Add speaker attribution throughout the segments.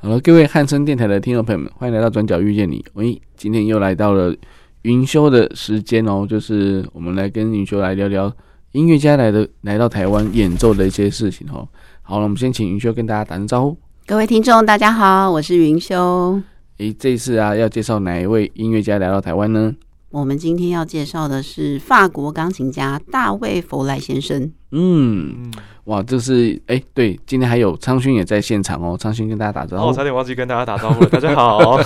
Speaker 1: Hello，各位汉声电台的听众朋友们，欢迎来到《转角遇见你》。喂，今天又来到了云修的时间哦，就是我们来跟云修来聊聊音乐家来的来到台湾演奏的一些事情哦。好了，我们先请云修跟大家打声招呼。
Speaker 2: 各位听众，大家好，我是云修。
Speaker 1: 诶，这一次啊，要介绍哪一位音乐家来到台湾呢？
Speaker 2: 我们今天要介绍的是法国钢琴家大卫·弗莱先生。
Speaker 1: 嗯，哇，这是哎，对，今天还有昌勋也在现场哦，昌勋跟大家打招呼。
Speaker 3: 哦，我差点忘记跟大家打招 呼了。大家好，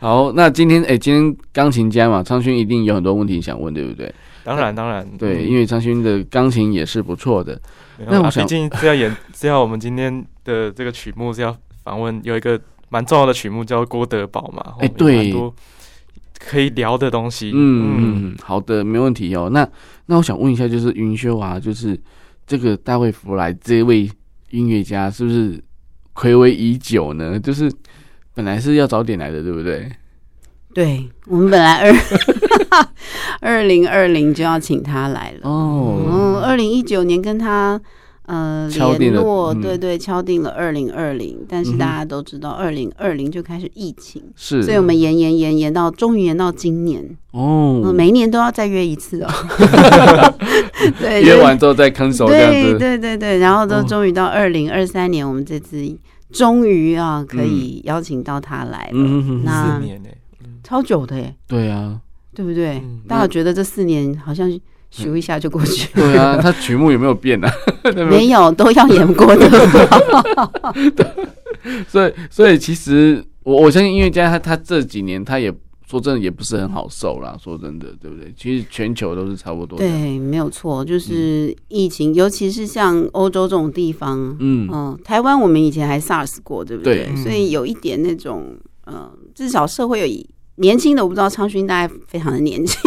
Speaker 1: 好，那今天哎，今天钢琴家嘛，昌勋一定有很多问题想问，对不对？
Speaker 3: 当然当然，
Speaker 1: 对，
Speaker 3: 嗯
Speaker 1: 因为昌勋的钢琴也是不错的。
Speaker 3: 没
Speaker 1: 那
Speaker 3: 有
Speaker 1: 我
Speaker 3: 啊
Speaker 1: 想
Speaker 3: 毕竟是要演，是要我们今天的这个曲目是要访问有一个蛮重要的曲目叫郭德堡嘛，
Speaker 1: 哎
Speaker 3: 哦
Speaker 1: 对
Speaker 3: 有蛮多可以聊的东西。嗯，
Speaker 1: 嗯，嗯好的，没问题哦。那那我想问一下，就是云修啊，就是这个大卫弗莱这位音乐家，是不是暌违已久呢？就是本来是要早点来的，对不对？
Speaker 2: 对我们本来二二零二零就要请他来了，
Speaker 1: 哦，
Speaker 2: 嗯，二零一九年跟他呃
Speaker 1: 敲定
Speaker 2: 联
Speaker 1: 了
Speaker 2: 络，
Speaker 1: 嗯
Speaker 2: 对对，敲定了二零二零，但
Speaker 1: 嗯
Speaker 2: 是
Speaker 1: 哼
Speaker 2: 大家都知道二零二零就开始疫情，
Speaker 1: 是，
Speaker 2: 所以我们延延延延到终于延到今年，嗯，
Speaker 1: 哦，
Speaker 2: 每一年都要再约一次哦。 对，
Speaker 1: 约完之后再坑手这样
Speaker 2: 对
Speaker 1: 子，
Speaker 2: 对对对，然后都
Speaker 1: 哦
Speaker 2: 终于到二零二三年，我们这次终于啊可以邀请到他来了，
Speaker 1: 嗯嗯哼哼哼，
Speaker 2: 那
Speaker 3: 四年哎，嗯
Speaker 2: 超久的耶，
Speaker 1: 对啊，，
Speaker 2: 对不对？
Speaker 3: 嗯
Speaker 2: 大家觉得这四年好像咻一下就过去
Speaker 1: 对啊，他曲目有没有变啊？ 对不对
Speaker 2: 没有都要演过 的。
Speaker 1: 所以所以其实我我相信音乐家他他这几年他也说真的也不是很好受啦，说真的，对不对？其实全球都是差不多的，
Speaker 2: 对，没有错，就是疫情，尤其是像欧洲这种地方，
Speaker 1: 嗯
Speaker 2: 嗯，台湾我们以前还 SARS 过，对不对？
Speaker 1: 对
Speaker 2: 所以有一点那种，呃，至少社会有一年轻的，我不知道昌勋大概非常的 年轻，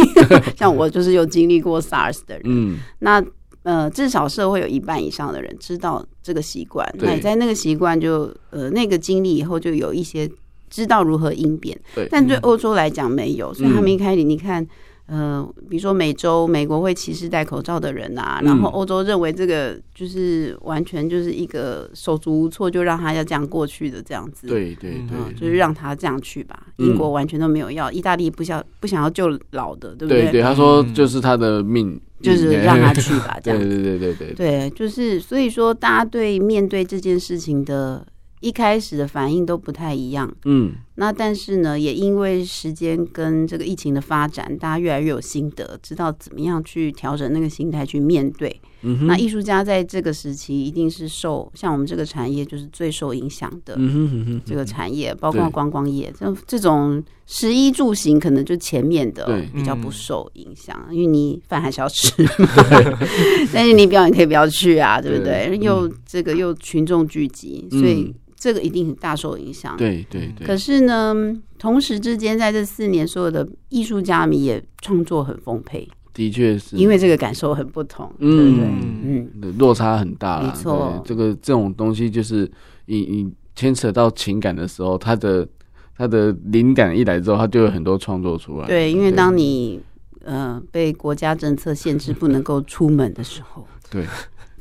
Speaker 2: 像我就是有经历过 SARS 的人，
Speaker 1: 嗯，
Speaker 2: 那呃，至少社会有一半以上的人知道这个习惯，
Speaker 1: 对
Speaker 2: 那也在那个习惯就呃那个经历以后，就有一些知道如何应变
Speaker 1: 对。
Speaker 2: 但对欧洲来讲没有，所以他们
Speaker 1: 嗯
Speaker 2: 一开始你看。呃，比如说美洲，美国会歧视戴口罩的人啊，
Speaker 1: 嗯
Speaker 2: 然后欧洲认为这个就是完全就是一个手足无措，就让他要这样过去的这样子。
Speaker 1: 对对
Speaker 3: 嗯
Speaker 2: 嗯，
Speaker 1: 对，
Speaker 2: 就是让他这样去吧。
Speaker 1: 嗯
Speaker 2: 英国完全都没有要，意大利不想不想要救老的，对不
Speaker 1: 对对，他说就是他的命，
Speaker 2: 嗯 就是让他去吧，这
Speaker 1: 对
Speaker 2: 样
Speaker 1: 对对对对对，
Speaker 2: 对，就是所以说，大家对面对这件事情的一开始的反应都不太一样。
Speaker 1: 嗯，
Speaker 2: 那但是呢，也因为时间跟这个疫情的发展，大家越来越有心得，知道怎么样去调整那个心态去面对。
Speaker 1: 嗯哼
Speaker 2: 那艺术家在这个时期一定是受像我们这个产业就是最受影响的。
Speaker 1: 嗯哼哼哼，
Speaker 2: 这个产业包括
Speaker 1: 对
Speaker 2: 观光业，这这种食衣住行，可能就前面的
Speaker 1: 对嗯
Speaker 2: 比较不
Speaker 3: 嗯
Speaker 2: 受影响，因为你饭还是要吃 嘛， 但是你表演可以不要去啊，对不
Speaker 1: 对
Speaker 2: 对？又这个又群众聚集，所以
Speaker 1: 嗯
Speaker 2: 这个一定大受影响。
Speaker 1: 对对对，
Speaker 2: 可是呢，同时之间，在这四年，所有的艺术家们也创作很丰沛，
Speaker 1: 的确是
Speaker 2: 因为这个感受很不同，对不对？
Speaker 1: 嗯
Speaker 2: 嗯，
Speaker 1: 落差很大啦，
Speaker 2: 没错
Speaker 1: 对这个这种东西就是你你牵扯到情感的时候，他的他的灵感一来之后，他就有很多创作出来，，
Speaker 2: 对，因为当你呃被国家政策限制不能够出门的时候
Speaker 1: 对，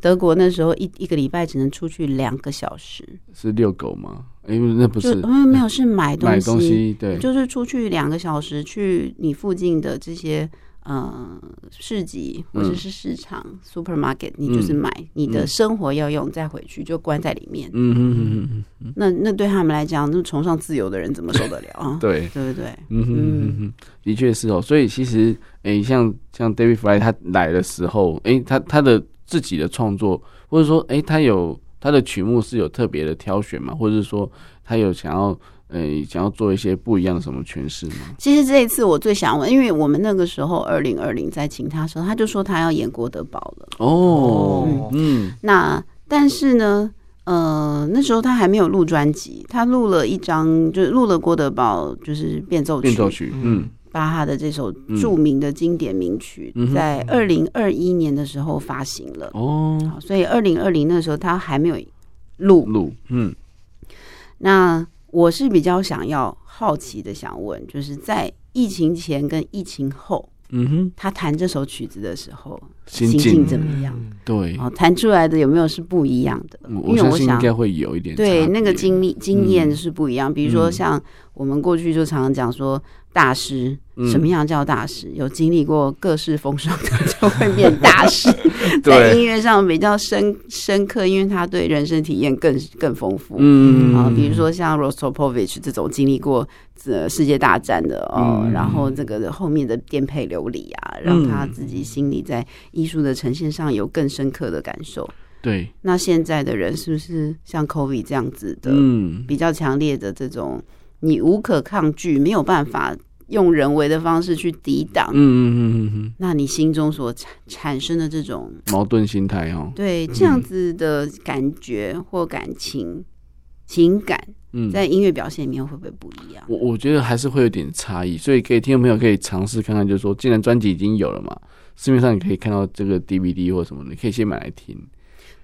Speaker 2: 德国那时候一一个礼拜只能出去两个小时，
Speaker 1: 是遛狗吗？哎，那不
Speaker 2: 就是嗯没有是买东
Speaker 1: 买
Speaker 2: 西，
Speaker 1: 东西，对，
Speaker 2: 就是出去两个小时去你附近的这些。呃，市集或者
Speaker 1: 嗯
Speaker 2: 是市场、（supermarket），你就是
Speaker 1: 嗯
Speaker 2: 买你的
Speaker 1: 嗯
Speaker 2: 生活要用，再回去就关在里面。
Speaker 1: 嗯哼哼哼
Speaker 2: 那那对他们来讲，那崇尚自由的人怎么受得了啊
Speaker 1: 哼，？对。
Speaker 2: 对不对？
Speaker 1: 嗯哼哼哼，的确是哦。所以其实，诶、像像 David Fry 他来的时候，诶、他他的自己的创作，或者说，诶、他有他的曲目是有特别的挑选嘛，或者是说他有想要，诶、想要做一些不一样的什么诠释吗？
Speaker 2: 其实这一次我最想问，因为我们那个时候二零二零在请他的时候，他就说他要演郭德堡了。
Speaker 1: 哦
Speaker 3: 哦，
Speaker 1: 嗯
Speaker 2: 那但是呢，呃，那时候他还没有录专辑，他录了一张，就是录了郭德堡就是变奏曲，
Speaker 1: 变奏曲，嗯
Speaker 3: 嗯，
Speaker 2: 巴哈的这首著名的经典名曲，
Speaker 1: 嗯嗯哼
Speaker 2: 在二零二一年的时候发行了。
Speaker 1: 哦，
Speaker 2: 好所以二零二零那时候他还没有录。
Speaker 1: 录，嗯
Speaker 2: 那我是比较想要好奇的，想问，就是在疫情前跟疫情后，
Speaker 1: 嗯哼，
Speaker 2: 他弹这首曲子的时候，
Speaker 1: 心
Speaker 2: 心境
Speaker 1: 境
Speaker 2: 怎么样
Speaker 3: 嗯
Speaker 1: 对，
Speaker 2: 哦，弹出来的有没有是不一样的？
Speaker 1: 嗯
Speaker 2: 因
Speaker 1: 我
Speaker 2: 为
Speaker 1: 相
Speaker 2: 我
Speaker 1: 信
Speaker 2: 想
Speaker 1: 应该会有一点
Speaker 2: 对
Speaker 1: 差
Speaker 2: 那个
Speaker 1: 别
Speaker 2: 经历经验是不一样。比如说，
Speaker 1: 嗯
Speaker 2: 像我们过去就常常讲说，大师、
Speaker 1: 嗯
Speaker 2: 什么样叫大师？有经历过各式风霜的就会变大师。 在
Speaker 3: 对
Speaker 2: 音乐上比较深深刻，因为他对人生体验更更丰富。
Speaker 1: 嗯
Speaker 2: 啊、比如说像 Rostropovich 这种经历过呃世界大战的哦，
Speaker 1: 嗯
Speaker 2: 然后这个后面的颠沛流离啊，让他自己心里在艺术的呈现上有更深刻的感受。
Speaker 1: 对，
Speaker 2: 那现在的人是不是像 Kobe 这样子的、
Speaker 1: 嗯
Speaker 2: 比较强烈的这种，你无可抗拒，没有办法用人为的方式去抵挡，
Speaker 1: 嗯嗯嗯嗯嗯，
Speaker 2: 那你心中所产产生的这种
Speaker 1: 矛盾心态哦，
Speaker 2: 对这样子的感觉或感情、情感，
Speaker 1: 嗯，
Speaker 2: 在音乐表现里面会不会不一样？
Speaker 1: 我我觉得还是会有点差异，所以给听众朋友可以尝试看看，就是说，既然专辑已经有了嘛，市面上你可以看到这个 DVD 或什么的，你可以先买来听，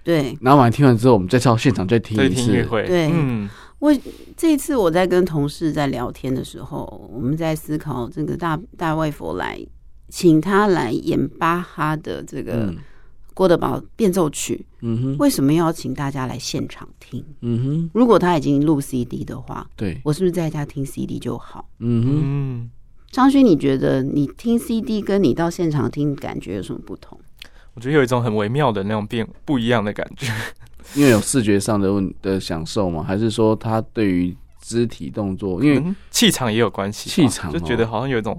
Speaker 2: 对，
Speaker 1: 然后买来听完之后，我们再到现场再听
Speaker 3: 再
Speaker 1: 一
Speaker 3: 听音乐
Speaker 1: 次。
Speaker 3: 会，
Speaker 2: 对
Speaker 3: 嗯，
Speaker 2: 这一次我在跟同事在聊天的时候，我们在思考这个大大卫佛来，请他来演巴哈的这个
Speaker 1: 嗯
Speaker 2: 郭德堡变奏曲，
Speaker 1: 嗯哼，
Speaker 2: 为什么要请大家来现场听？
Speaker 1: 嗯哼，
Speaker 2: 如果他已经录 CD 的话，
Speaker 1: 对，
Speaker 2: 我是不是在家听 CD 就好？
Speaker 1: 嗯
Speaker 3: 嗯，
Speaker 2: 张勋，你觉得你听 CD 跟你到现场听感觉有什么不同？
Speaker 3: 我觉得有一种很微妙的那种变不一样的感觉，
Speaker 1: 哼，因为有视觉上的问的享受嘛，还是说他对于肢体动作，因为
Speaker 3: 嗯气场也有关系吧，
Speaker 1: 气场哦
Speaker 3: 就觉得好像有一种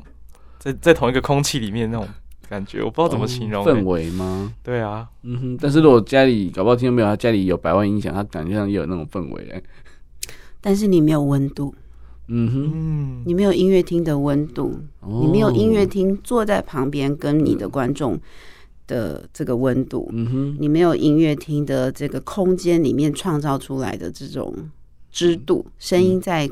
Speaker 3: 在在同一个空气里面那种感觉，我不知道怎么形容、
Speaker 1: 哦氛
Speaker 3: 欸
Speaker 1: 围吗？
Speaker 3: 对啊，
Speaker 1: 嗯哼，但是如果家里搞不好听众朋友他家里有百万音响，他感觉上也有那种氛围嘞。
Speaker 2: 但是你没有温度，
Speaker 1: 嗯
Speaker 3: 嗯，
Speaker 2: 你没有音乐厅的温度，
Speaker 1: 哼，
Speaker 2: 你没有音乐
Speaker 1: 哦，
Speaker 2: 厅坐在旁边跟你的观众的这个温度，
Speaker 1: 嗯哼，
Speaker 2: 你没有音乐厅的这个空间里面创造出来的这种织度，声音在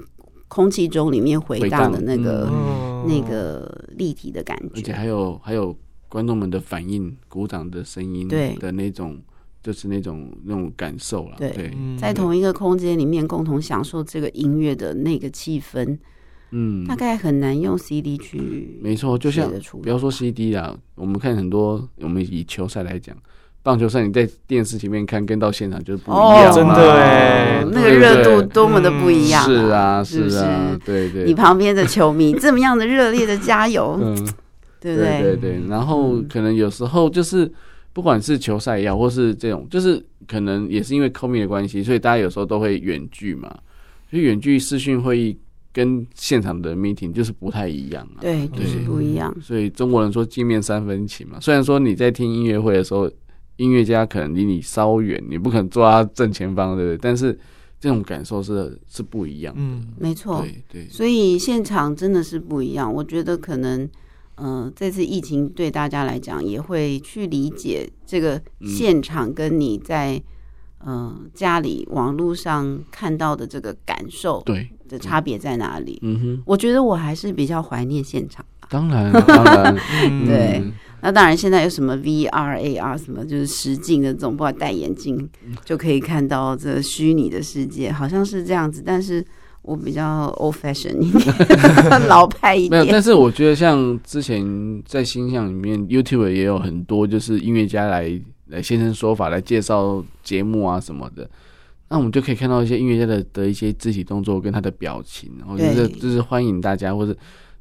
Speaker 2: 空气中里面回荡的那
Speaker 1: 回
Speaker 2: 个
Speaker 1: 荡
Speaker 3: 嗯
Speaker 2: 那个立体的感
Speaker 1: 而且还
Speaker 2: 觉。
Speaker 1: 有还有观众们的反应、鼓掌的声音，
Speaker 2: 对
Speaker 1: 的那种，就是那种那种感受啦。
Speaker 2: 对
Speaker 1: 对，
Speaker 3: 嗯
Speaker 2: 在同一个空间里面共同享受这个音乐的那个气氛，
Speaker 1: 嗯
Speaker 2: 大，概很难用 CD 去
Speaker 1: 没错，就
Speaker 2: 写
Speaker 1: 像
Speaker 2: 得出
Speaker 1: 不
Speaker 2: 来。
Speaker 1: 要说 CD 啦，我们看很多，我们以球赛来讲，棒球赛你在电视前面看跟到现场就是不一样嘛，
Speaker 3: 哦
Speaker 1: 啊
Speaker 3: 真的欸
Speaker 2: 哦那个
Speaker 1: 对不
Speaker 2: 热
Speaker 1: 对
Speaker 2: 度多么的不一样、
Speaker 1: 是啊，
Speaker 2: 是不
Speaker 1: 是啊，对对，
Speaker 2: 你旁边的球迷这么样的热烈的加油，
Speaker 1: 嗯，
Speaker 2: 对不
Speaker 1: 对对
Speaker 2: 对？
Speaker 1: 对，然后可能有时候就是，不管是球赛也好，或是这种，就是可能也是因为 c o m i 的关系，所以大家有时候都会远距嘛，所以远距视讯会议跟现场的 meeting 就是不太一样啊。
Speaker 2: 对，就是
Speaker 1: 对
Speaker 2: 不一样。
Speaker 1: 所以中国人说见面三分情嘛，虽然说你在听音乐会的时候，音乐家可能离你稍远，你不可能坐他正前方，对不对？但是这种感受是是不一样的。
Speaker 3: 嗯，
Speaker 2: 没错。
Speaker 1: 对对，
Speaker 2: 哦所以现场真的是不一样。我觉得可能，呃，这次疫情对大家来讲也会去理解这个
Speaker 1: 嗯
Speaker 2: 现场跟你在。呃，家里网络上看到的这个感受
Speaker 1: 对，
Speaker 2: 的差别在哪里？
Speaker 1: 嗯 哼，
Speaker 2: 我觉得我还是比较怀念现场。
Speaker 1: 当然当然，
Speaker 3: 嗯
Speaker 2: 对
Speaker 1: 嗯
Speaker 2: 那当然，现在有什么 VR、AR 什么，就是实境的这种，不管戴眼镜
Speaker 1: 嗯
Speaker 2: 就可以看到这虚拟的世界，好像是这样子。但是我比较 old fashion 一 点，老派一
Speaker 1: 没有，
Speaker 2: 点。
Speaker 1: 但是我觉得像之前在星象里面，YouTube 也有很多就是音乐家来来现身说法，来介绍节目啊什么的。那我们就可以看到一些音乐家的的一些肢体动作跟他的表情，然后就
Speaker 2: 对
Speaker 1: 是就是欢迎大家，或者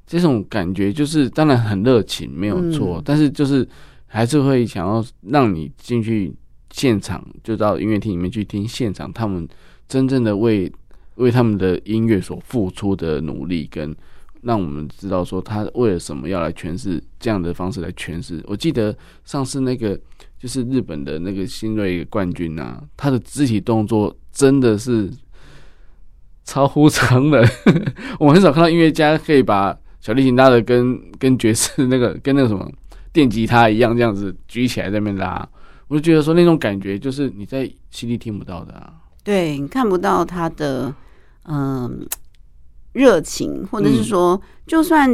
Speaker 1: 这种感觉就是当然很热情没有错，
Speaker 2: 嗯
Speaker 1: 但是就是还是会想要让你进去现场，就到音乐厅里面去听现场他们真正的为为他们的音乐所付出的努力，跟让我们知道说他为了什么要来诠释这样的方式来诠释。我记得上次那个就是日本的那个新锐冠军啊，他的肢体动作真的是超乎常人， 我很少看到音乐家可以把小提琴拉的跟跟爵士那个跟那个什么电吉他一样这样子举起来在那边拉。我就觉得说那种感觉就是你在 CD 听不到的啊，
Speaker 2: 对，你看不到他的嗯热情，或者是说，
Speaker 1: 嗯
Speaker 2: 就算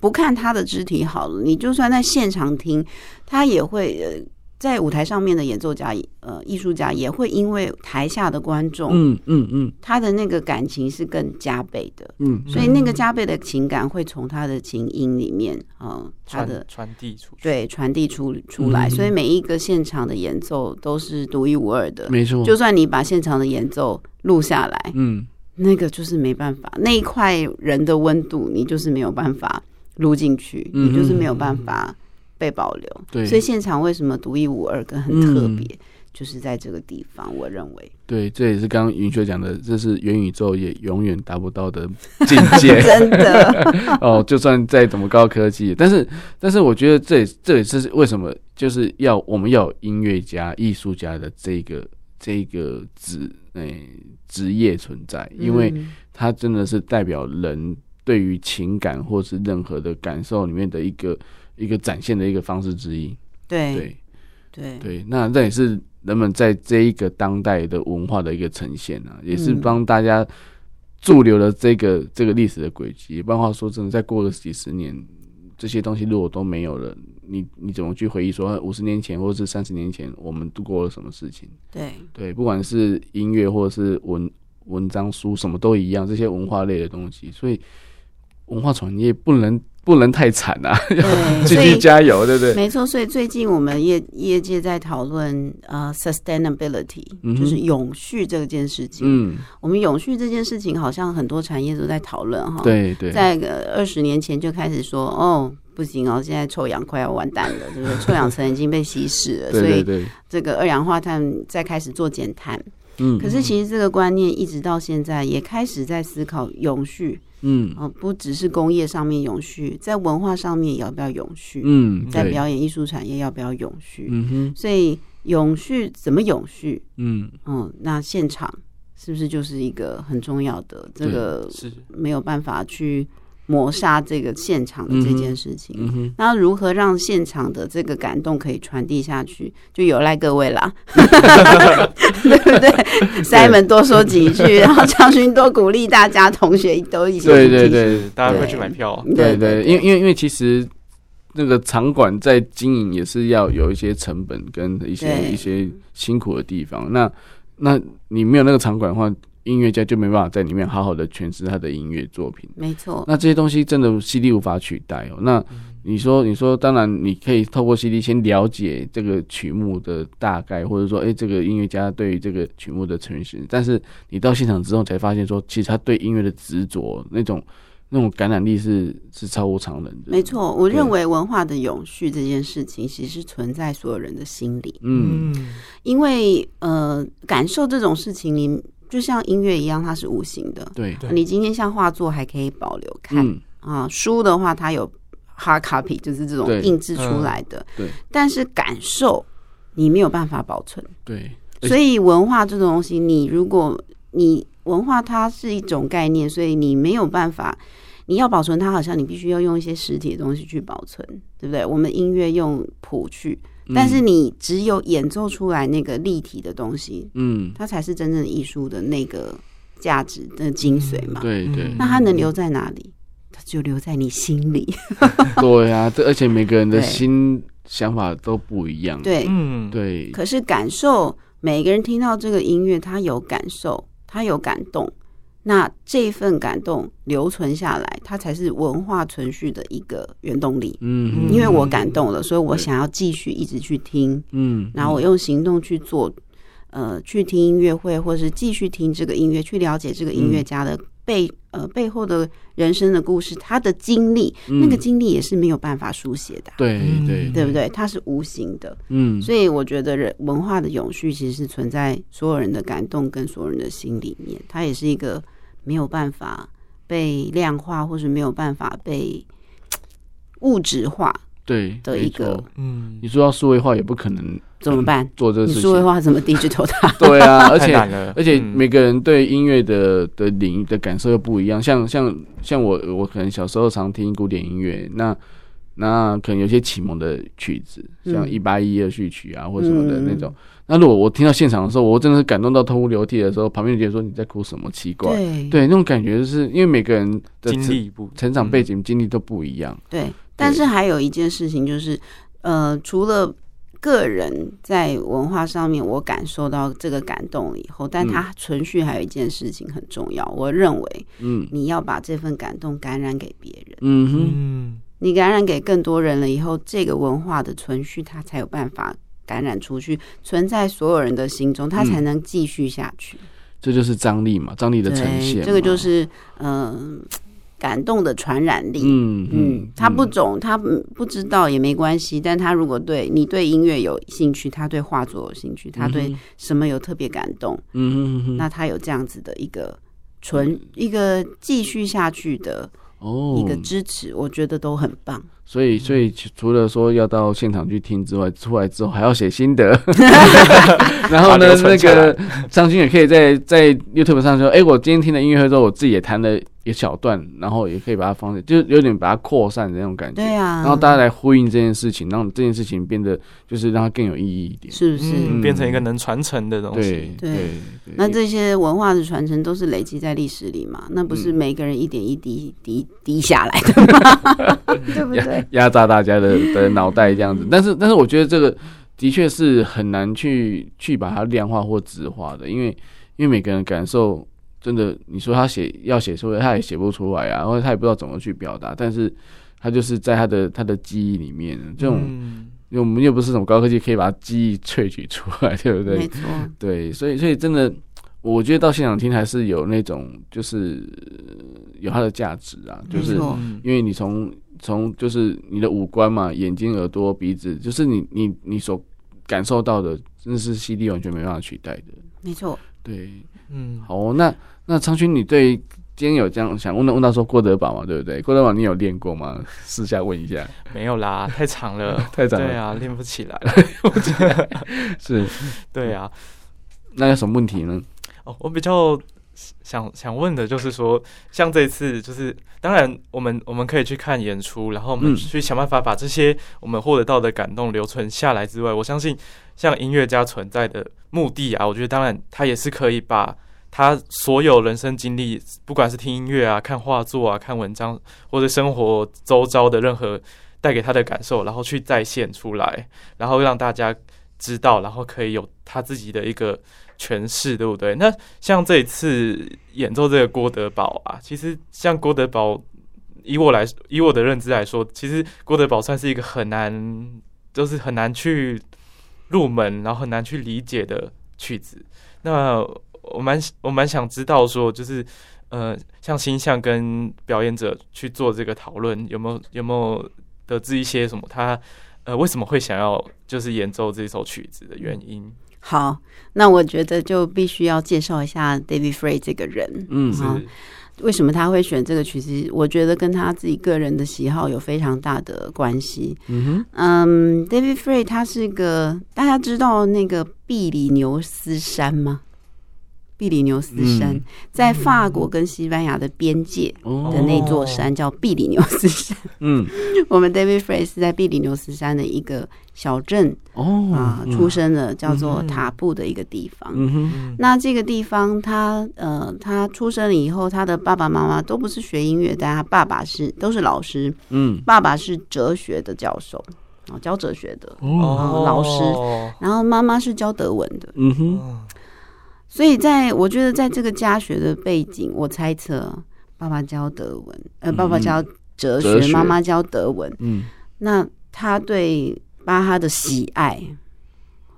Speaker 2: 不看他的肢体好了，你就算在现场听，他也会呃在舞台上面的演奏家，呃，艺术家也会因为台下的观众，
Speaker 1: 嗯嗯嗯
Speaker 2: 他的那个感情是更加倍的，
Speaker 1: 嗯，
Speaker 2: 所以那个加倍的情感会从他的琴音里面，嗯、他的
Speaker 3: 传传递出去。
Speaker 2: 对传递出出来，
Speaker 1: 嗯
Speaker 2: 所以每一个现场的演奏都是独一无二的。
Speaker 1: 没错，
Speaker 2: 就算你把现场的演奏录下来，
Speaker 1: 嗯
Speaker 2: 那个就是没办法，那一块人的温度，你就是没有办法录进去，
Speaker 1: 嗯
Speaker 2: 你就是没有办法被保留。
Speaker 1: 对，嗯
Speaker 2: 所以现场为什么独一无二跟很特别，就是在这个地方，我认为
Speaker 1: 对，这也是刚刚云雪讲的，这是元宇宙也永远达不到的 境界。
Speaker 2: 真的，
Speaker 1: 哦，就算再怎么高科技，但是但是我觉得这也这也是为什么就是要我们要有音乐家、艺术家的这个这个职诶职业存在，因为
Speaker 2: 嗯
Speaker 1: 它真的是代表人对于情感或是任何的感受里面的一个一个展现的一个方式之一。
Speaker 2: 对
Speaker 1: 对
Speaker 2: 对
Speaker 1: 对，那这也是人们在这一个当代的文化的一个呈现啊，也是
Speaker 2: 嗯
Speaker 1: 帮大家。驻留了这个这个历史的轨迹，不然话说真的，再过个几十年，这些东西如果都没有了，你你怎么去回忆说五十年前或是三十年前我们度过了什么事情？
Speaker 2: 对
Speaker 1: 对，不管是音乐或者是文文章书，什么都一样，这些文化类的东西，所以文化产业不能不能太惨啊，
Speaker 2: 对，
Speaker 1: 继
Speaker 2: 所
Speaker 1: 续
Speaker 2: 以
Speaker 1: 加油，对不对？
Speaker 2: 没错，所以最近我们业业界在讨论呃 sustainability，、
Speaker 1: 嗯哼
Speaker 2: 就是永续这件事情。
Speaker 1: 嗯，
Speaker 2: 我们永续这件事情，好像很多产业都在讨论哈。，
Speaker 1: 对对，
Speaker 2: 在二十年前就开始说，哦，不行哦，现在臭氧快要完蛋了，对不对？臭氧层已经被稀释了，
Speaker 1: 对
Speaker 2: 所
Speaker 1: 对
Speaker 2: 以
Speaker 1: 对，
Speaker 2: 这个二氧化碳再开始做减碳。
Speaker 1: 嗯
Speaker 2: 可是其实这个观念一直到现在也开始在思考永续，
Speaker 1: 嗯
Speaker 2: 哦，不只是工业上面永续，在文化上面也要不要永续？
Speaker 1: 嗯，
Speaker 2: 在
Speaker 1: 对，
Speaker 2: 表演艺术产业要不要永续？
Speaker 1: 嗯哼，
Speaker 2: 所以永续怎么永续？
Speaker 1: 嗯
Speaker 2: 嗯，那现场是不是就是一个很重要的这
Speaker 1: 对
Speaker 2: 个
Speaker 3: 是
Speaker 2: 没有办法去抹杀这个现场的这件事情？
Speaker 1: 嗯哼，
Speaker 2: 那如何让现场的这个感动可以传递下去，就有赖各位啦， 对不对？Simon 多说几句，然后张勋多鼓励大家同学都一起
Speaker 1: 对对
Speaker 2: 去
Speaker 1: 对，
Speaker 3: 大家会去
Speaker 2: 对
Speaker 3: 买票啊。
Speaker 1: 对
Speaker 2: 对
Speaker 1: 对，因为因为因为其实那个场馆在经营也是要有一些成本跟一些
Speaker 2: 对
Speaker 1: 一些辛苦的地方。那那你没有那个场馆的话，音乐家就没办法在里面好好的诠释他的音乐作品。
Speaker 2: 没错，
Speaker 1: 那这些东西真的 CD 无法取代哦。那你说，你说，当然你可以透过 CD 先了解这个曲目的大概，或者说，哎、这个音乐家对于这个曲目的诠释。但是你到现场之后才发现说，其实他对音乐的执着那种那种感染力是是超乎常人的。
Speaker 2: 没，错。我
Speaker 1: 对
Speaker 2: 认为文化的永续这件事情，其实存在所有人的心里，
Speaker 1: 嗯，
Speaker 2: 因为呃，感受这种事情，你就像音乐一样，它是无形的。
Speaker 1: 对，
Speaker 3: 对
Speaker 2: 你今天像画作还可以保留看，
Speaker 1: 嗯，
Speaker 2: 啊、书的话它有 hard copy，就是这种
Speaker 1: 对
Speaker 2: 印制出来的。
Speaker 1: 嗯对
Speaker 2: 但是感受你没有办法保存，
Speaker 1: 对，
Speaker 2: 所以文化这种东西，你如果你文化它是一种概念，所以你没有办法。你要保存它，好像你必须要用一些实体的东西去保存，对不对？我们音乐用谱去，
Speaker 1: 嗯
Speaker 2: 但是你只有演奏出来那个立体的东西，
Speaker 1: 嗯，
Speaker 2: 它才是真正艺术的那个价值的精髓
Speaker 1: 嗯
Speaker 2: 嘛。
Speaker 1: 对对
Speaker 2: 那它能留在哪里？它就留在你心里。
Speaker 1: 对啊，这而且每个人的
Speaker 2: 对
Speaker 1: 心想法都不一样。
Speaker 2: 对，
Speaker 3: 嗯，
Speaker 1: 对，
Speaker 2: 可是感受，每个人听到这个音乐，他有感受，他有感动，那这份感动留存下来，它才是文化存续的一个原动力。
Speaker 1: 嗯
Speaker 2: 因为我感动了，所以我想要继续一直去听，
Speaker 1: 嗯，
Speaker 2: 然后我用行动去做，呃，去听音乐会，或是继续听这个音乐，去了解这个
Speaker 1: 嗯
Speaker 2: 音乐家的背呃背后的人生的故事，他的经历，
Speaker 1: 嗯
Speaker 2: 那个经历也是没有办法书写的啊、
Speaker 1: 对对
Speaker 2: 对不对？它是无形的，
Speaker 1: 嗯，
Speaker 2: 所以我觉得人文化的永续其实是存在所有人的感动跟所有人的心里面，它也是一个没有办法被量化，或是没有办法被物质化
Speaker 1: 对
Speaker 2: 的
Speaker 1: 没
Speaker 2: 一个
Speaker 1: 错
Speaker 3: 嗯
Speaker 1: 你，说要数位化也不可能
Speaker 2: 怎么办？
Speaker 1: 做嗯这个
Speaker 2: 你
Speaker 1: 事
Speaker 2: 数位
Speaker 1: 情，
Speaker 2: 化怎么 digital 它？
Speaker 1: 对 啊，而
Speaker 3: 太难
Speaker 1: 且
Speaker 3: 了，
Speaker 1: 而且
Speaker 3: 嗯
Speaker 1: 每个人对音乐的的领域的感受又不一样，像像像我我可能小时候常听古典音乐，那那可能有些启蒙的曲子，像
Speaker 2: 嗯
Speaker 1: 一八一二序曲啊或什么的
Speaker 2: 嗯
Speaker 1: 那种。那如果我听到现场的时候，我真的是感动到痛哭流涕的时候，旁边就觉得说你在哭什么奇 怪，
Speaker 2: 对
Speaker 1: 对，那种感觉就是因为每个人的
Speaker 3: 经
Speaker 1: 成
Speaker 3: 历嗯不
Speaker 1: 成长背景经历都不一样，
Speaker 2: 对但是还有一件事情就是，呃，除了个人在文化上面，我感受到这个感动了以后，但它存续还有一件事情很重要，我认为
Speaker 1: 嗯
Speaker 2: 你要把这份感动感染给别人，
Speaker 1: 嗯哼，
Speaker 3: 嗯，
Speaker 2: 你感染给更多人了以后，这个文化的存续，它才有办法感染出去，存在所有人的心中，它
Speaker 1: 嗯
Speaker 2: 才能继续下去。
Speaker 1: 这就是张力嘛，张力的呈现
Speaker 2: 对，
Speaker 1: 嘛，
Speaker 2: 这个就是嗯、感动的传染力。
Speaker 1: 嗯
Speaker 2: 嗯，他不懂，他不不知道也没关系。但他如果对你对音乐有兴趣，他对画作有兴趣，他对什么有特别感动，
Speaker 1: 嗯哼嗯嗯哼嗯
Speaker 2: 那
Speaker 1: 哼，
Speaker 2: 他有这样子的一个纯一个继续下去的
Speaker 1: 哦
Speaker 2: 一个支持，我觉得都很棒。
Speaker 1: 所以，所以其除了说要到现场去听之外，出来之后还要写心 得， 然后
Speaker 3: 把
Speaker 1: 呢
Speaker 3: 流，程
Speaker 1: 那
Speaker 3: 下来
Speaker 1: 个张军也可以在在 YouTube 上说，哎、我今天听了音乐会之后，我自己也弹了一小段，然后也可以把它放在，就是有点把它扩散的那种感觉，
Speaker 2: 对啊，
Speaker 1: 然后大家来呼应这件事情，让这件事情变得就是让它更有意义一点。
Speaker 2: 是不是？
Speaker 3: 嗯变成一个能传承的东
Speaker 1: 对
Speaker 3: 西。
Speaker 2: 对
Speaker 1: 对，
Speaker 2: 那这些文化的传承都是累积在历史里嘛，那不是
Speaker 1: 嗯
Speaker 2: 每个人一点一滴滴滴下来的吗？ 对不对？
Speaker 1: 压榨大家的的脑袋这样子。但是，但是我觉得这个的确是很难去去把它量化或质化的，因为因为每个人感受真的，你说他写要写出来，他也写不出来啊，或者他也不知道怎么去表达，但是。他就是在他的他的记忆里面，这种、
Speaker 3: 嗯
Speaker 1: 因为我们又不是什么高科技，可以把它记忆萃取出来， 对不 对
Speaker 2: 没？错，
Speaker 1: 对，所以所以真的，我觉得到现场听还是有那种就是呃有它的价值啊，就是
Speaker 2: 没错
Speaker 3: 嗯
Speaker 1: 因为你从从就是你的五官嘛，眼睛、耳朵、鼻子，就是你你你所感受到的，真的是 CD 完全没办法取代的。
Speaker 2: 没错。
Speaker 1: 对，
Speaker 3: 嗯，
Speaker 1: 好哦、那那昌勋，你对今天有这样想问的问到说郭德堡嘛，对不对？郭德堡你有练过吗？私下问一下，，
Speaker 3: 没有啦，太长了
Speaker 1: 太长了
Speaker 3: 对啊，练不起 来。
Speaker 1: 是
Speaker 3: 对啊，
Speaker 1: 那有什么问题呢？
Speaker 3: 哦，我比较想想问的就是说，像这一次，就是当然我们我们可以去看演出，然后我
Speaker 1: 嗯
Speaker 3: 们去想办法把这些我们获得到的感动留存下来之外，我相信像音乐家存在的目的啊，我觉得当然他也是可以把。他所有人生经历，不管是听音乐啊、看画作啊、看文章，或者生活周遭的任何带给他的感受，然后去再现出来，然后让大家知道，然后可以有他自己的一个诠释，对不对？那像这一次演奏这个郭德堡啊，其实像郭德堡，以我来以我的认知来说，其实郭德堡算是一个很难，就是很难去入门，然后很难去理解的曲子。那我蛮我蛮想知道说，就是呃，像星象跟表演者去做这个讨论，有没有有没有得知一些什么他？呃，为什么会想要就是演奏这首曲子的原因？
Speaker 2: 好，那我觉得就必须要介绍一下 David Frey 这个人。
Speaker 1: 嗯
Speaker 3: 是，
Speaker 2: 好为什么他会选这个曲子？我觉得跟他自己个人的喜好有非常大的关系。
Speaker 1: 嗯哼，
Speaker 2: 嗯，David Frey 他是个大家知道那个比利牛斯山吗？比利牛斯山、
Speaker 1: 嗯
Speaker 2: 在法国跟西班牙的边界
Speaker 1: 哦
Speaker 2: 的那座山叫比利牛斯山。
Speaker 1: 嗯
Speaker 2: 我们 David Frey 是在比利牛斯山的一个小镇
Speaker 1: 哦
Speaker 2: 啊、
Speaker 1: 嗯
Speaker 2: 出生的，叫做
Speaker 3: 嗯
Speaker 2: 塔布的一个地方。
Speaker 1: 嗯哼
Speaker 3: 嗯
Speaker 2: 那这个地方他，呃，他出生了以后，他的爸爸妈妈都不是学音乐，但他爸爸是都是老师，
Speaker 1: 嗯
Speaker 2: 爸爸是哲学的教授，哦，教哲学的，
Speaker 3: 嗯
Speaker 1: 哦
Speaker 2: 老然后妈妈是教德文的，
Speaker 1: 嗯哼
Speaker 3: 嗯
Speaker 2: 所以在我觉得在这个家学的背景，我猜测爸爸教德文，呃，
Speaker 1: 嗯
Speaker 2: 爸爸教哲学，
Speaker 1: 哲学
Speaker 2: 妈妈教德文，
Speaker 1: 嗯
Speaker 2: 那他对巴哈的喜爱，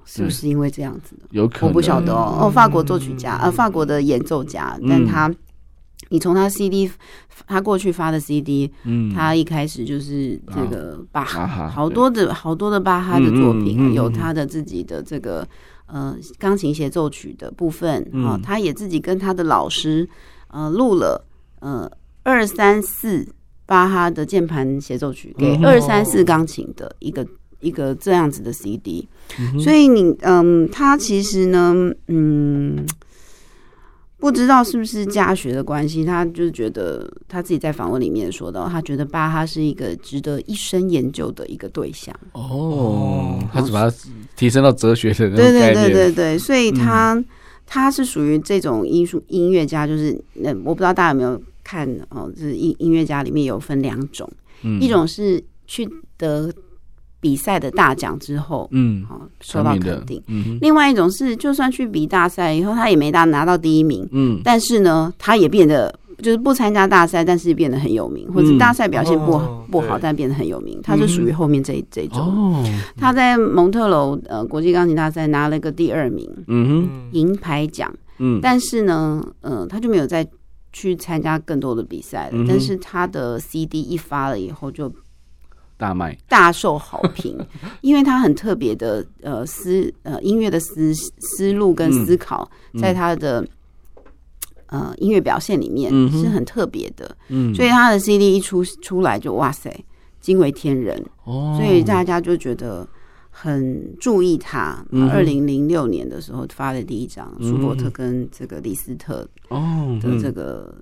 Speaker 2: 是不是因为这样子的？
Speaker 1: 有嗯可能
Speaker 2: 我不晓得哦。
Speaker 3: 嗯
Speaker 2: 哦，法国作曲家，呃，法国的演奏家，
Speaker 1: 嗯
Speaker 2: 但他，你从他 CD，他过去发的 CD，
Speaker 1: 嗯
Speaker 2: 他一开始就是这个巴哈，
Speaker 1: 哈哈
Speaker 2: 好多的好多的巴哈的作品
Speaker 1: 嗯
Speaker 2: 啊，
Speaker 1: 嗯嗯嗯
Speaker 2: 有他的自己的这个呃钢琴协奏曲的部分
Speaker 1: 嗯
Speaker 2: 啊，他也自己跟他的老师呃录了呃二三四巴哈的键盘协奏曲给
Speaker 1: 嗯
Speaker 2: 二三四钢琴的一个一个这样子的 CD，
Speaker 1: 嗯哼
Speaker 2: 所以你嗯，他其实呢，嗯。不知道是不是家学的关系，他就是觉得他自己在访问里面说到，他觉得巴哈是一个值得一生研究的一个对象。
Speaker 1: 哦
Speaker 3: 哦，
Speaker 1: 他只把它提升到哲学的那
Speaker 2: 对
Speaker 1: 种概念。
Speaker 2: 对
Speaker 1: 嗯
Speaker 2: 对对对，所以他、他是属于这种艺术音乐家，就是那我不知道大家有没有看哦，就是音音乐家里面有分两种，
Speaker 1: 嗯
Speaker 2: 一种是去得比赛的大奖之后，
Speaker 1: 嗯，
Speaker 2: 好、受
Speaker 1: 成
Speaker 2: 到
Speaker 1: 名
Speaker 2: 肯
Speaker 1: 的
Speaker 2: 定。，
Speaker 1: 嗯哼
Speaker 2: 另外一种是，就算去比大赛以后，他也没拿拿到第一名，
Speaker 1: 嗯，
Speaker 2: 但是呢，他也变得就是不参加大赛，但是变得很有名，或者
Speaker 1: 嗯
Speaker 2: 大赛表现不好、
Speaker 3: 哦
Speaker 2: 不好，
Speaker 3: 对
Speaker 2: 但变得很有名，他是属于后面这一、这一种。
Speaker 1: 哦，
Speaker 2: 他在蒙特楼呃国际钢琴大赛拿了个第二名，
Speaker 1: 嗯哼，
Speaker 3: 嗯
Speaker 2: 银牌奖，
Speaker 1: 嗯，
Speaker 2: 但是呢，嗯、他就没有再去参加更多的比赛了。
Speaker 1: 嗯哼
Speaker 2: 但是他的 CD 一发了以后，就
Speaker 1: 大卖，
Speaker 2: 大受好 评，因为他很特别的呃思呃音乐的思思路跟
Speaker 1: 嗯
Speaker 2: 思考，
Speaker 1: 嗯
Speaker 2: 在他的呃音乐表现里面
Speaker 1: 嗯哼
Speaker 2: 是很特别的，
Speaker 1: 嗯，
Speaker 2: 所以他的 CD 一出出来就哇塞，惊为天人，
Speaker 1: 哦，
Speaker 2: 所以大家就觉得。很注意他。
Speaker 1: 嗯哼
Speaker 2: 二零零六年的时候发的第一张
Speaker 1: 嗯
Speaker 2: 舒伯特跟这个李斯特
Speaker 1: 哦
Speaker 2: 的这个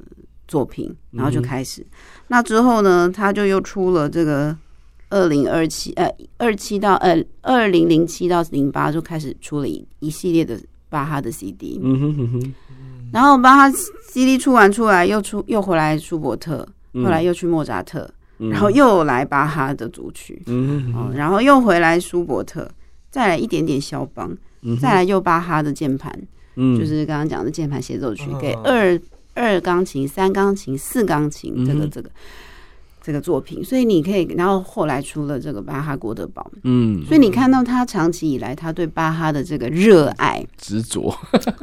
Speaker 2: 作品，
Speaker 1: 嗯
Speaker 2: 然后就开始。那之后呢，他就又出了这个二零二七呃二七到呃二零零七到零八就开始出了一一系列的巴哈的 CD，、
Speaker 1: 嗯哼嗯哼
Speaker 2: 然后巴哈 CD 出完出来又出又回来舒伯特，
Speaker 1: 嗯，
Speaker 2: 后来又去莫扎特，
Speaker 1: 嗯，
Speaker 2: 然后又来巴哈的组曲，
Speaker 1: 嗯
Speaker 2: 嗯，然后又回来舒伯特。再来一点点肖邦，
Speaker 1: 嗯哼，
Speaker 2: 哦再来又巴哈的键盘，
Speaker 1: 嗯，
Speaker 2: 就是刚刚讲的键盘协奏曲，
Speaker 3: 嗯
Speaker 2: 给二二钢琴、三钢琴、四钢琴这个
Speaker 1: 嗯哼
Speaker 2: 这个这个作品，所以你可以，然后后来出了这个巴哈郭德堡，
Speaker 1: 嗯
Speaker 2: 所以你看到他长期以来他对巴哈的这个热 爱，
Speaker 1: 执 着，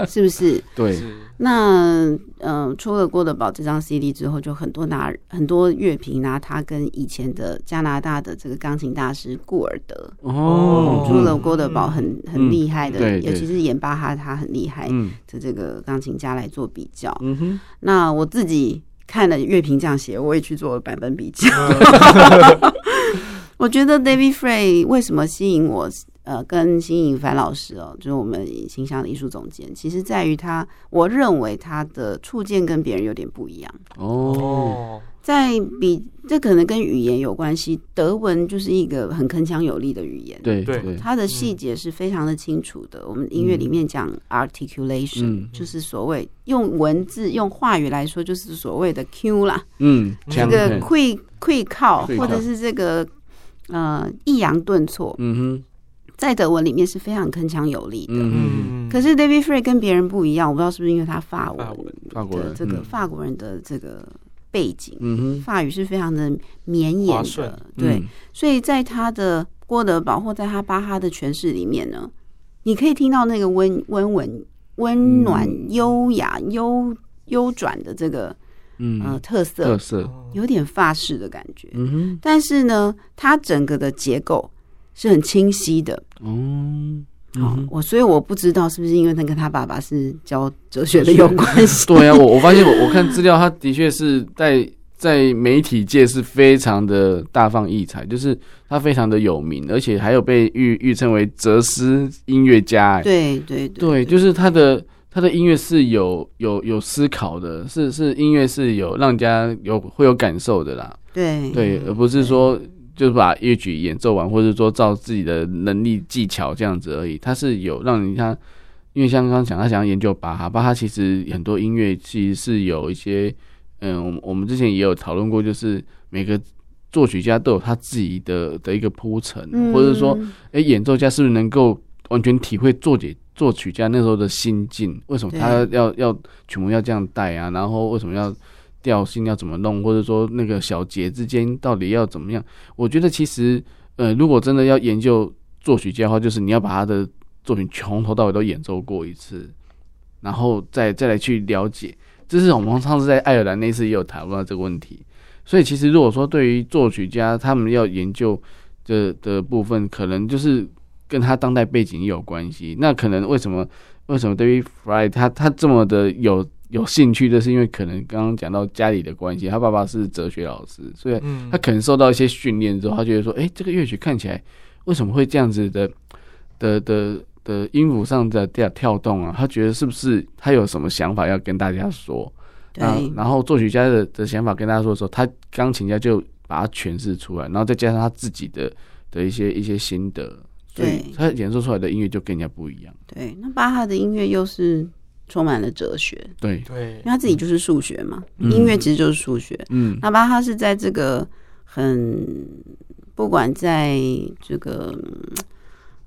Speaker 2: 是不是？
Speaker 1: 对，
Speaker 3: 是
Speaker 2: 那嗯、呃出了郭德堡这张 CD 之后，就很多拿很多乐评拿他跟以前的加拿大的这个钢琴大师顾尔德。
Speaker 1: 哦，
Speaker 2: 出了郭德堡很很
Speaker 1: 嗯
Speaker 2: 厉害的，
Speaker 1: 对对
Speaker 2: 尤其是演巴哈他很厉害
Speaker 1: 嗯
Speaker 2: 的这个钢琴家来做比较。
Speaker 1: 嗯哼，
Speaker 2: 那我自己看了乐评这样写，我也去做了版本比较。 我觉得 David Frey 为什么吸引我？呃，跟新颖凡老师哦，就是我们形象的艺术总监，其实在于他，我认为他的触见跟别人有点不一样。
Speaker 1: 哦，
Speaker 3: 哦，
Speaker 2: 在比这可能跟语言有关系，德文就是一个很铿锵有力的语言，
Speaker 1: 对
Speaker 3: 对
Speaker 1: 对，
Speaker 2: 它的细节是非常的清楚的。我们音乐里面讲 articulation，、
Speaker 1: 嗯
Speaker 2: 就是所谓用文字、用话语来说，就是所谓的 Q 啦，
Speaker 1: 嗯，
Speaker 2: 这
Speaker 1: 这
Speaker 2: 个溃溃
Speaker 1: 溃靠
Speaker 2: 靠或者是这个呃抑扬顿挫，
Speaker 1: 嗯哼，
Speaker 2: 在德文里面是非常铿锵有力的。
Speaker 1: 嗯嗯，
Speaker 2: 可是 David Frey 跟别人不一样，我不知道是不是因为他法
Speaker 3: 法
Speaker 2: 文
Speaker 3: 文
Speaker 1: 法嗯国
Speaker 2: 的
Speaker 1: 人，
Speaker 2: 这个法国人的这个背景，
Speaker 1: 嗯哼，
Speaker 2: 法语是非常的绵延
Speaker 3: 滑顺
Speaker 2: 的，
Speaker 1: 嗯
Speaker 2: 对，，所以在他的郭德堡或在他巴哈的诠释里面呢，你可以听到那个温温文、温暖、
Speaker 1: 嗯
Speaker 2: 优雅、优悠转的这个呃哦
Speaker 1: 嗯，特
Speaker 2: 特色，
Speaker 1: 色，
Speaker 2: 有点法式的感觉。
Speaker 1: 嗯
Speaker 2: 但是呢，它整个的结构是很清晰的。
Speaker 1: 哼，哦。
Speaker 2: 好、我所以我不知道是不是因为他跟他爸爸是教哲学的有关系。
Speaker 1: 对啊，我我发现我我看资料，他的确是在在媒体界是非常的大放异彩，就是他非常的有名，而且还有被誉誉称为哲思音乐家、哎，
Speaker 2: 对 对
Speaker 1: 对，就是他的他的音乐是有有有思考的，是是音乐是有让人家有会有感受的啦，
Speaker 2: 对
Speaker 1: 对，呃而不是说。就是把乐曲演奏完，或者说照自己的能力技巧这样子而已。他是有让人家，因为像刚刚讲，他想要研究巴哈，巴哈其实很多音乐其实是有一些，嗯，我们我们之前也有讨论过，就是每个作曲家都有他自己的的一个铺陈，
Speaker 2: 嗯
Speaker 1: 或者说，诶，哎演奏家是不是能够完全体会作曲作曲家那时候的心境？为什么
Speaker 2: 对
Speaker 1: 他要要曲目要这样带啊？然后为什么要调性要怎么弄？或者说那个小节之间到底要怎么样？我觉得其实，呃，如果真的要研究作曲家的话，就是你要把他的作品从头到尾都演奏过一次，然后再再来去了解。这是我们上次在爱尔兰那次也有讨论到这个问题。所以其实如果说对于作曲家他们要研究的的部分，可能就是跟他当代背景也有关系。那可能为什么为什么 David Fry 他他这么的有有兴趣，就是因为可能刚刚讲到家里的关系，他爸爸是哲学老师，所以
Speaker 3: 嗯
Speaker 1: 他可能受到一些训练之后，他觉得说，哎、这个乐曲看起来为什么会这样子的的的的音符上的跳跳动啊？他觉得是不是他有什么想法要跟大家说？那
Speaker 2: 对，
Speaker 1: 然后作曲家的的想法跟大家说的时候，他钢琴家就把它诠释出来，然后再加上他自己的的一些一些心得，所以
Speaker 2: 对
Speaker 1: 他演奏出来的音乐就跟人家不一样。
Speaker 2: 对，那巴哈的音乐又是充满了哲学，
Speaker 1: 对，
Speaker 3: 对
Speaker 2: 因为他自己就是数学嘛，
Speaker 1: 嗯
Speaker 2: 音乐其实就是数学。
Speaker 1: 嗯
Speaker 2: 那巴哈是在这个很不管在这个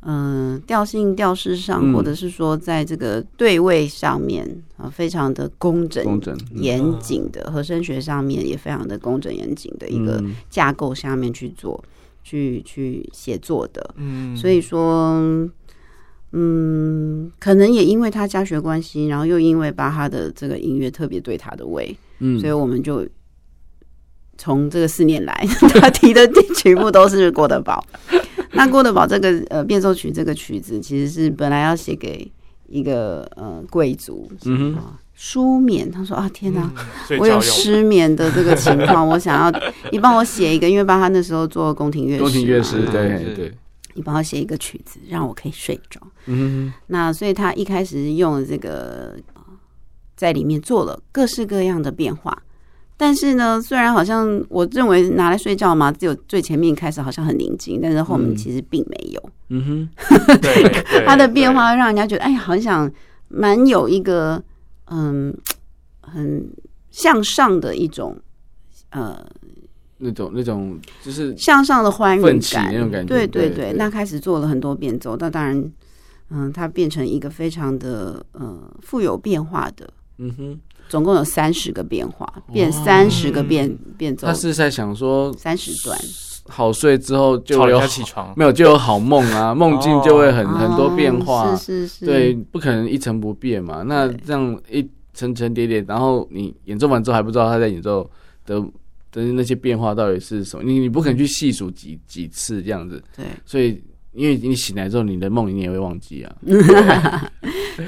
Speaker 2: 嗯、呃调性调式上，
Speaker 1: 嗯
Speaker 2: 或者是说在这个对位上面啊、呃非常的工整
Speaker 1: 工整嗯
Speaker 2: 严谨的和声学上面也非常的工整严谨的一个
Speaker 1: 嗯
Speaker 2: 架构下面去做、去去写作的。
Speaker 3: 嗯，
Speaker 2: 所以说，嗯，可能也因为他家学关系，然后又因为巴哈的这个音乐特别对他的胃，
Speaker 1: 嗯，
Speaker 2: 所以我们就从这个四年来， 他提的曲目都是郭德 宝。那郭德宝这个呃变奏曲这个曲子，其实是本来要写给一个呃贵族，
Speaker 1: 嗯哼嗯
Speaker 2: 啊，舒眠。他说啊，天哪、
Speaker 3: 睡
Speaker 2: 我
Speaker 3: 觉
Speaker 2: 有
Speaker 3: 用
Speaker 2: 失眠的这个情况， 我想要你帮我写一个，因为巴哈那时候做宫廷乐师嘛，
Speaker 1: 宫廷乐师，
Speaker 2: 啊
Speaker 3: 嘛
Speaker 1: 对
Speaker 3: 是
Speaker 1: 对，
Speaker 2: 你帮我写一个曲子，让我可以睡着。
Speaker 1: 嗯
Speaker 2: 那所以他一开始用这个呃在里面做了各式各样的变化，但是呢，虽然好像我认为拿来睡觉嘛，只有最前面开始好像很宁静，但是后面
Speaker 1: 嗯
Speaker 2: 其实并没有。
Speaker 1: 嗯哼，
Speaker 3: 对对
Speaker 2: 它的变化让人家觉得，哎，好像蛮有一个嗯很向上的一种呃
Speaker 1: 那种那种就是
Speaker 2: 向上的欢愉
Speaker 1: 奋起
Speaker 2: 感
Speaker 1: 那种感觉
Speaker 2: 对
Speaker 1: 对
Speaker 2: 对对，
Speaker 1: 对
Speaker 2: 那开始做了很多变奏，那当然，嗯，它变成一个非常的呃富有变化的，
Speaker 1: 嗯哼，
Speaker 2: 总共有三十个变化，变三十个变变奏
Speaker 1: 他，嗯是在想说
Speaker 2: 三十段。
Speaker 1: 好睡之后
Speaker 3: 对
Speaker 1: 就
Speaker 3: 吵
Speaker 1: 有
Speaker 3: 人家起床，
Speaker 1: 没有就有好梦 啊，梦境就会很很多变化
Speaker 2: 哦，是是是，
Speaker 1: 对，，不可能一成不变嘛。那
Speaker 2: 对
Speaker 1: 这样一层层叠叠，然后你演奏完之后还不知道他在演奏的的那些变化到底是什么，你你不可能去细数几几次这样子，
Speaker 2: 对，
Speaker 1: 所以因为你醒来之后，你的梦你也会忘记啊。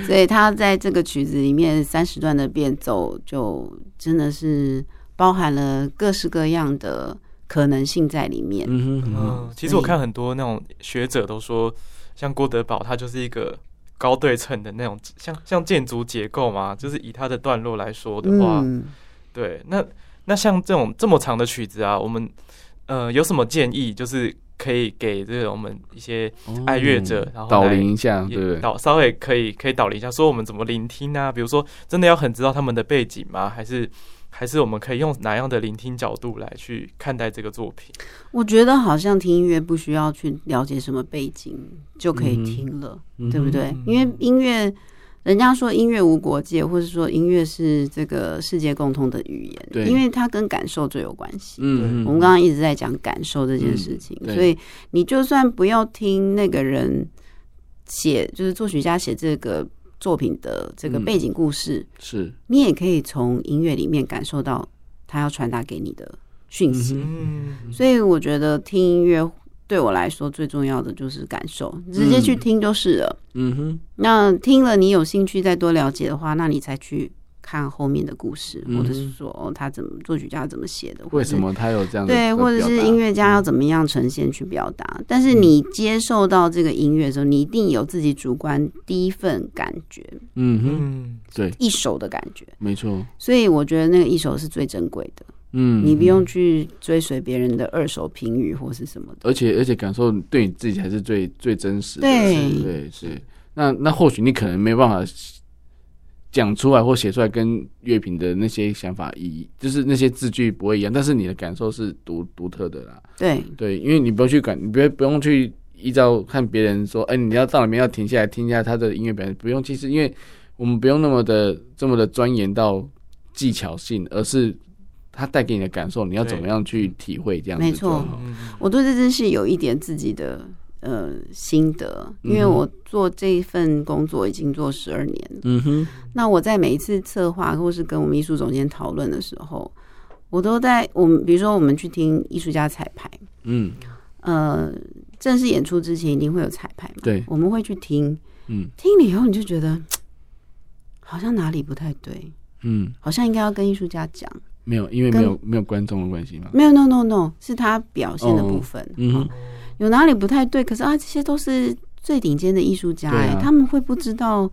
Speaker 2: 所以他在这个曲子里面三十段的变奏，就真的是包含了各式各样的可能性在里面。
Speaker 1: 嗯哼，嗯哼
Speaker 3: 嗯，其实我看很多那种学者都说，像郭德宝他就是一个高对称的那种，像像建筑结构嘛，就是以它的段落来说的话，
Speaker 2: 嗯，
Speaker 3: 对，那那像这种这么长的曲子啊，我们呃有什么建议，就是可以给这种我们一些
Speaker 1: 哦
Speaker 3: 爱乐者然后
Speaker 1: 导
Speaker 3: 来
Speaker 1: 聆一下，
Speaker 3: 也
Speaker 1: 对不对？
Speaker 3: 导稍微可以可以导理一下，说我们怎么聆听啊？比如说，真的要很知道他们的背景吗？还是还是我们可以用哪样的聆听角度来去看待这个作品？
Speaker 2: 我觉得好像听音乐不需要去了解什么背景就可以
Speaker 1: 嗯哼
Speaker 2: 听了，
Speaker 1: 嗯哼
Speaker 2: 对不？对？因为音乐，人家说音乐无国界，或者说音乐是这个世界共通的语言，
Speaker 1: 对
Speaker 2: 因为它跟感受最有关系。
Speaker 1: 嗯，嗯
Speaker 2: 我们刚刚一直在讲感受这件事情，
Speaker 1: 嗯对
Speaker 2: 所以你就算不要听那个人写，就是作曲家写这个作品的这个
Speaker 1: 嗯
Speaker 2: 背景故事，
Speaker 1: 是
Speaker 2: 你也可以从音乐里面感受到他要传达给你的
Speaker 1: 嗯
Speaker 2: 讯息。
Speaker 3: 嗯，
Speaker 2: 所以我觉得听音乐对我来说最重要的就是感受，直接去听就是了。
Speaker 1: 嗯哼，
Speaker 2: 那听了你有兴趣再多了解的话，那你才去看后面的故事，
Speaker 1: 嗯哼
Speaker 2: 或者是说哦，他怎么作曲家怎么写的，
Speaker 1: 为什么他有这样
Speaker 2: 或
Speaker 1: 的
Speaker 2: 者是？对，或者是音乐家要怎么样呈现去表达，但是你
Speaker 1: 嗯
Speaker 2: 接受到这个音乐的时候，你一定有自己主观第一份感觉，
Speaker 1: 嗯哼，
Speaker 3: 嗯，
Speaker 1: 对，
Speaker 2: 一手的感觉，
Speaker 1: 没错，
Speaker 2: 所以我觉得那个一手是最珍贵的，
Speaker 1: 嗯，
Speaker 2: 你不用去追随别人的二手评语或是什么的。
Speaker 1: 而且而且感受对你自己才是最最真实的，
Speaker 2: 对
Speaker 1: 是对是。那那或许你可能没办法讲出来或写出来，跟乐评的那些想法一，就是那些字句不会一样，但是你的感受是独独特的啦。
Speaker 2: 对，
Speaker 1: 对，因为你不用去感，你不要不用去依照看别人说，哎、你要到里面要停下来听一下他的音乐表演，不用。其实因为我们不用那么的这么的钻研到技巧性，而是他带给你的感受，你要怎么样去体会这样子
Speaker 2: 没错
Speaker 1: 就好
Speaker 3: 嗯
Speaker 2: 我对这件事有一点自己的呃心得，因为
Speaker 1: 嗯哼
Speaker 2: 我做这一份工作已经做十二年了。
Speaker 1: 嗯哼，
Speaker 2: 那我在每一次策划或是跟我们艺术总监讨论的时候，我都在我们比如说我们去听艺术家彩排，
Speaker 1: 嗯，
Speaker 2: 呃，正式演出之前一定会有彩排嘛，
Speaker 1: 对，
Speaker 2: 我们会去听，
Speaker 1: 嗯
Speaker 2: 听了以后你就觉得嘖好像哪里不太对，
Speaker 1: 嗯，
Speaker 2: 好像应该要跟艺术家讲。
Speaker 1: 没有，因为
Speaker 2: 跟
Speaker 1: 没有没有观众的关系嘛。
Speaker 2: 没有，no no no，是他表现的
Speaker 1: 哦
Speaker 2: 部分。
Speaker 1: 嗯哼
Speaker 2: 哦有哪里不太对？可是啊，这些都是最顶尖的艺术家、
Speaker 1: 对
Speaker 2: 哎、
Speaker 1: 啊
Speaker 2: 他们会不知道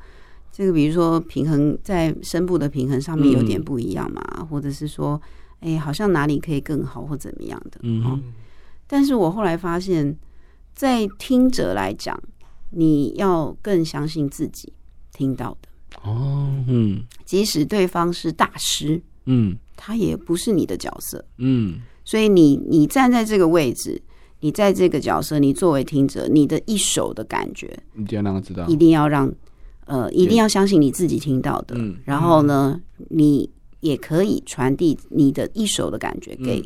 Speaker 2: 这个，比如说平衡在声部的平衡上面有点不一样嘛，
Speaker 1: 嗯
Speaker 2: 或者是说，哎、好像哪里可以更好或怎么样的。
Speaker 1: 嗯哼，
Speaker 2: 但是我后来发现，在听者来讲，你要更相信自己听到的，
Speaker 1: 哦，嗯
Speaker 2: 即使对方是大师，
Speaker 1: 嗯
Speaker 2: 他也不是你的角色。
Speaker 1: 嗯，
Speaker 2: 所以你你站在这个位置，你在这个角色，你作为听者，你的一手的感觉，
Speaker 1: 你就要让他知道
Speaker 2: 一，定要让呃，一定要相信你自己听到的。
Speaker 1: 嗯
Speaker 2: 然后呢，你也可以传递你的一手的感觉给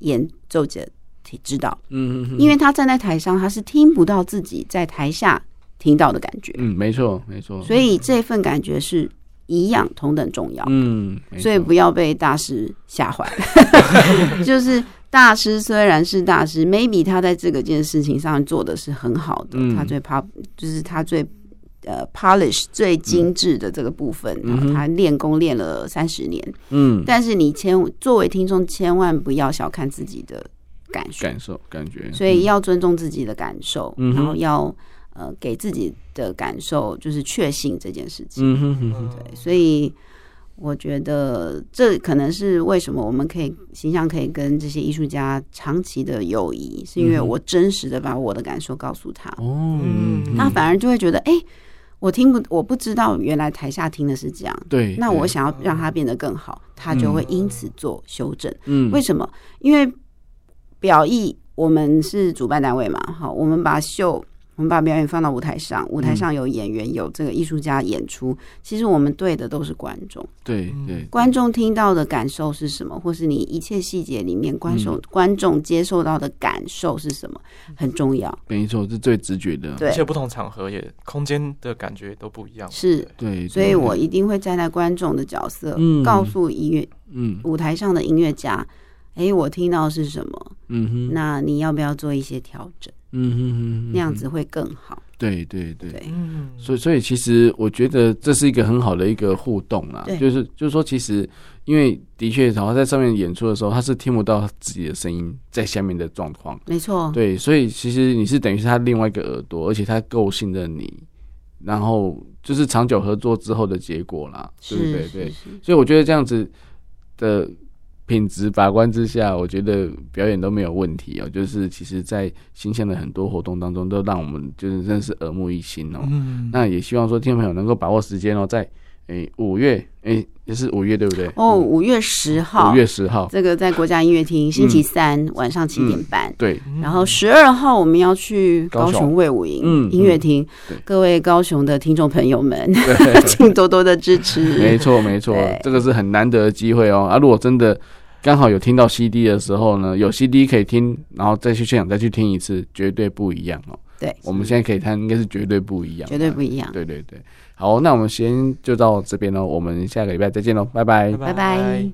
Speaker 2: 演奏者听知道，
Speaker 1: 嗯嗯，嗯
Speaker 2: 因为他站在台上，他是听不到自己在台下听到的感觉，
Speaker 1: 嗯，没错没错，
Speaker 2: 所以这份感觉是一样同等重要。
Speaker 1: 嗯，没
Speaker 2: 所以
Speaker 1: 错
Speaker 2: 不要被大师吓坏。 就是大师虽然是大师，maybe 他在这个件事情上做的是很好的，
Speaker 1: 嗯
Speaker 2: 他最 pop 就是他最呃 polish 最精致的这个部分，
Speaker 1: 嗯
Speaker 2: 然后
Speaker 1: 哼
Speaker 2: 他练功练了三十年。
Speaker 1: 嗯，
Speaker 2: 但是你千作为听众，千万不要小看自己的感受，
Speaker 1: 感受感觉，
Speaker 2: 所以要尊重自己的感受，
Speaker 1: 嗯哼
Speaker 2: 然后要呃给自己的感受就是确信这件事情。
Speaker 1: 嗯哼哼哼，
Speaker 3: 嗯
Speaker 2: 所以我觉得这可能是为什么我们可以形象可以跟这些艺术家长期的友谊，是因为
Speaker 1: 嗯哼
Speaker 2: 我真实的把我的感受告诉他，
Speaker 1: 哦，嗯
Speaker 2: 他
Speaker 1: 嗯
Speaker 2: 反而就会觉得，哎、我听不，我不知道原来台下听的是这样。
Speaker 1: 对，
Speaker 2: 那
Speaker 1: 对
Speaker 2: 我，想要让他变得更好，他就会因此做修正。
Speaker 1: 嗯，
Speaker 2: 为什么？因为表艺我们是主办单位嘛，好，我们把秀，我们把表演放到舞台上，
Speaker 1: 嗯
Speaker 2: 舞台上有演员，有这个艺术家演出，其实我们对的都是观众，
Speaker 1: 对
Speaker 3: 嗯
Speaker 1: 对，
Speaker 2: 观众听到的感受是什么，或是你一切细节里面观
Speaker 1: 嗯
Speaker 2: 受、观众接受到的感受是什么，很重要。
Speaker 1: 没错，是最直觉的，
Speaker 2: 对
Speaker 3: 而且不同场合也空间的感觉都不一样。
Speaker 2: 是
Speaker 1: 对，
Speaker 3: 对
Speaker 2: 所以我一定会站在观众的角色，
Speaker 1: 嗯
Speaker 2: 告诉音乐
Speaker 1: 嗯
Speaker 2: 舞台上的音乐家，诶，我听到的是什么？
Speaker 1: 嗯哼，
Speaker 2: 那你要不要做一些调整？
Speaker 1: 嗯哼哼哼，
Speaker 2: 那样子会更好。
Speaker 1: 对对对。
Speaker 2: 对
Speaker 3: 嗯，
Speaker 1: 所以，所以其实我觉得这是一个很好的一个互动啦
Speaker 2: 对，
Speaker 1: 就是就是说，其实因为的确，然后在上面演出的时候，他是听不到自己的声音在下面的状况，
Speaker 2: 没错，
Speaker 1: 对，所以其实你是等于是他另外一个耳朵，而且他够信任你，然后就是长久合作之后的结果啦，
Speaker 2: 是
Speaker 1: 对不对？
Speaker 2: 是
Speaker 1: 对，嗯
Speaker 2: 是
Speaker 1: 所以我觉得这样子的品质把关之下，我觉得表演都没有问题哦。就是其实，在新鲜的很多活动当中，都让我们就是真的是耳目一新哦。
Speaker 3: 嗯，
Speaker 1: 那也希望说听众朋友能够把握时间哦，在诶五月诶也是五月对不对？
Speaker 2: 哦，五月十号，
Speaker 1: 五月十号，嗯
Speaker 2: 这个在国家音乐厅，星期三、晚上七点半。
Speaker 1: 对，
Speaker 3: 嗯
Speaker 2: 然后十二号我们要去高
Speaker 1: 高
Speaker 2: 雄
Speaker 1: 雄
Speaker 2: 卫武营
Speaker 1: 嗯
Speaker 2: 音乐厅
Speaker 1: 嗯对，
Speaker 2: 各位高雄的听众朋友们，
Speaker 1: 对
Speaker 2: 请多多的支持。
Speaker 1: 没错，没错
Speaker 2: 对，
Speaker 1: 这个是很难得的机会哦。啊，如果真的刚好有听到 CD 的时候呢，有 CD 可以听，然后再去现场再去听一次，绝对不一样哦。
Speaker 2: 对，
Speaker 1: 我们现在可以看，应该是绝对不一样，
Speaker 2: 绝对不一样。
Speaker 1: 对哦对对。好，那我们先就到这边喽，我们下个礼拜再见喽，拜拜
Speaker 2: 拜拜。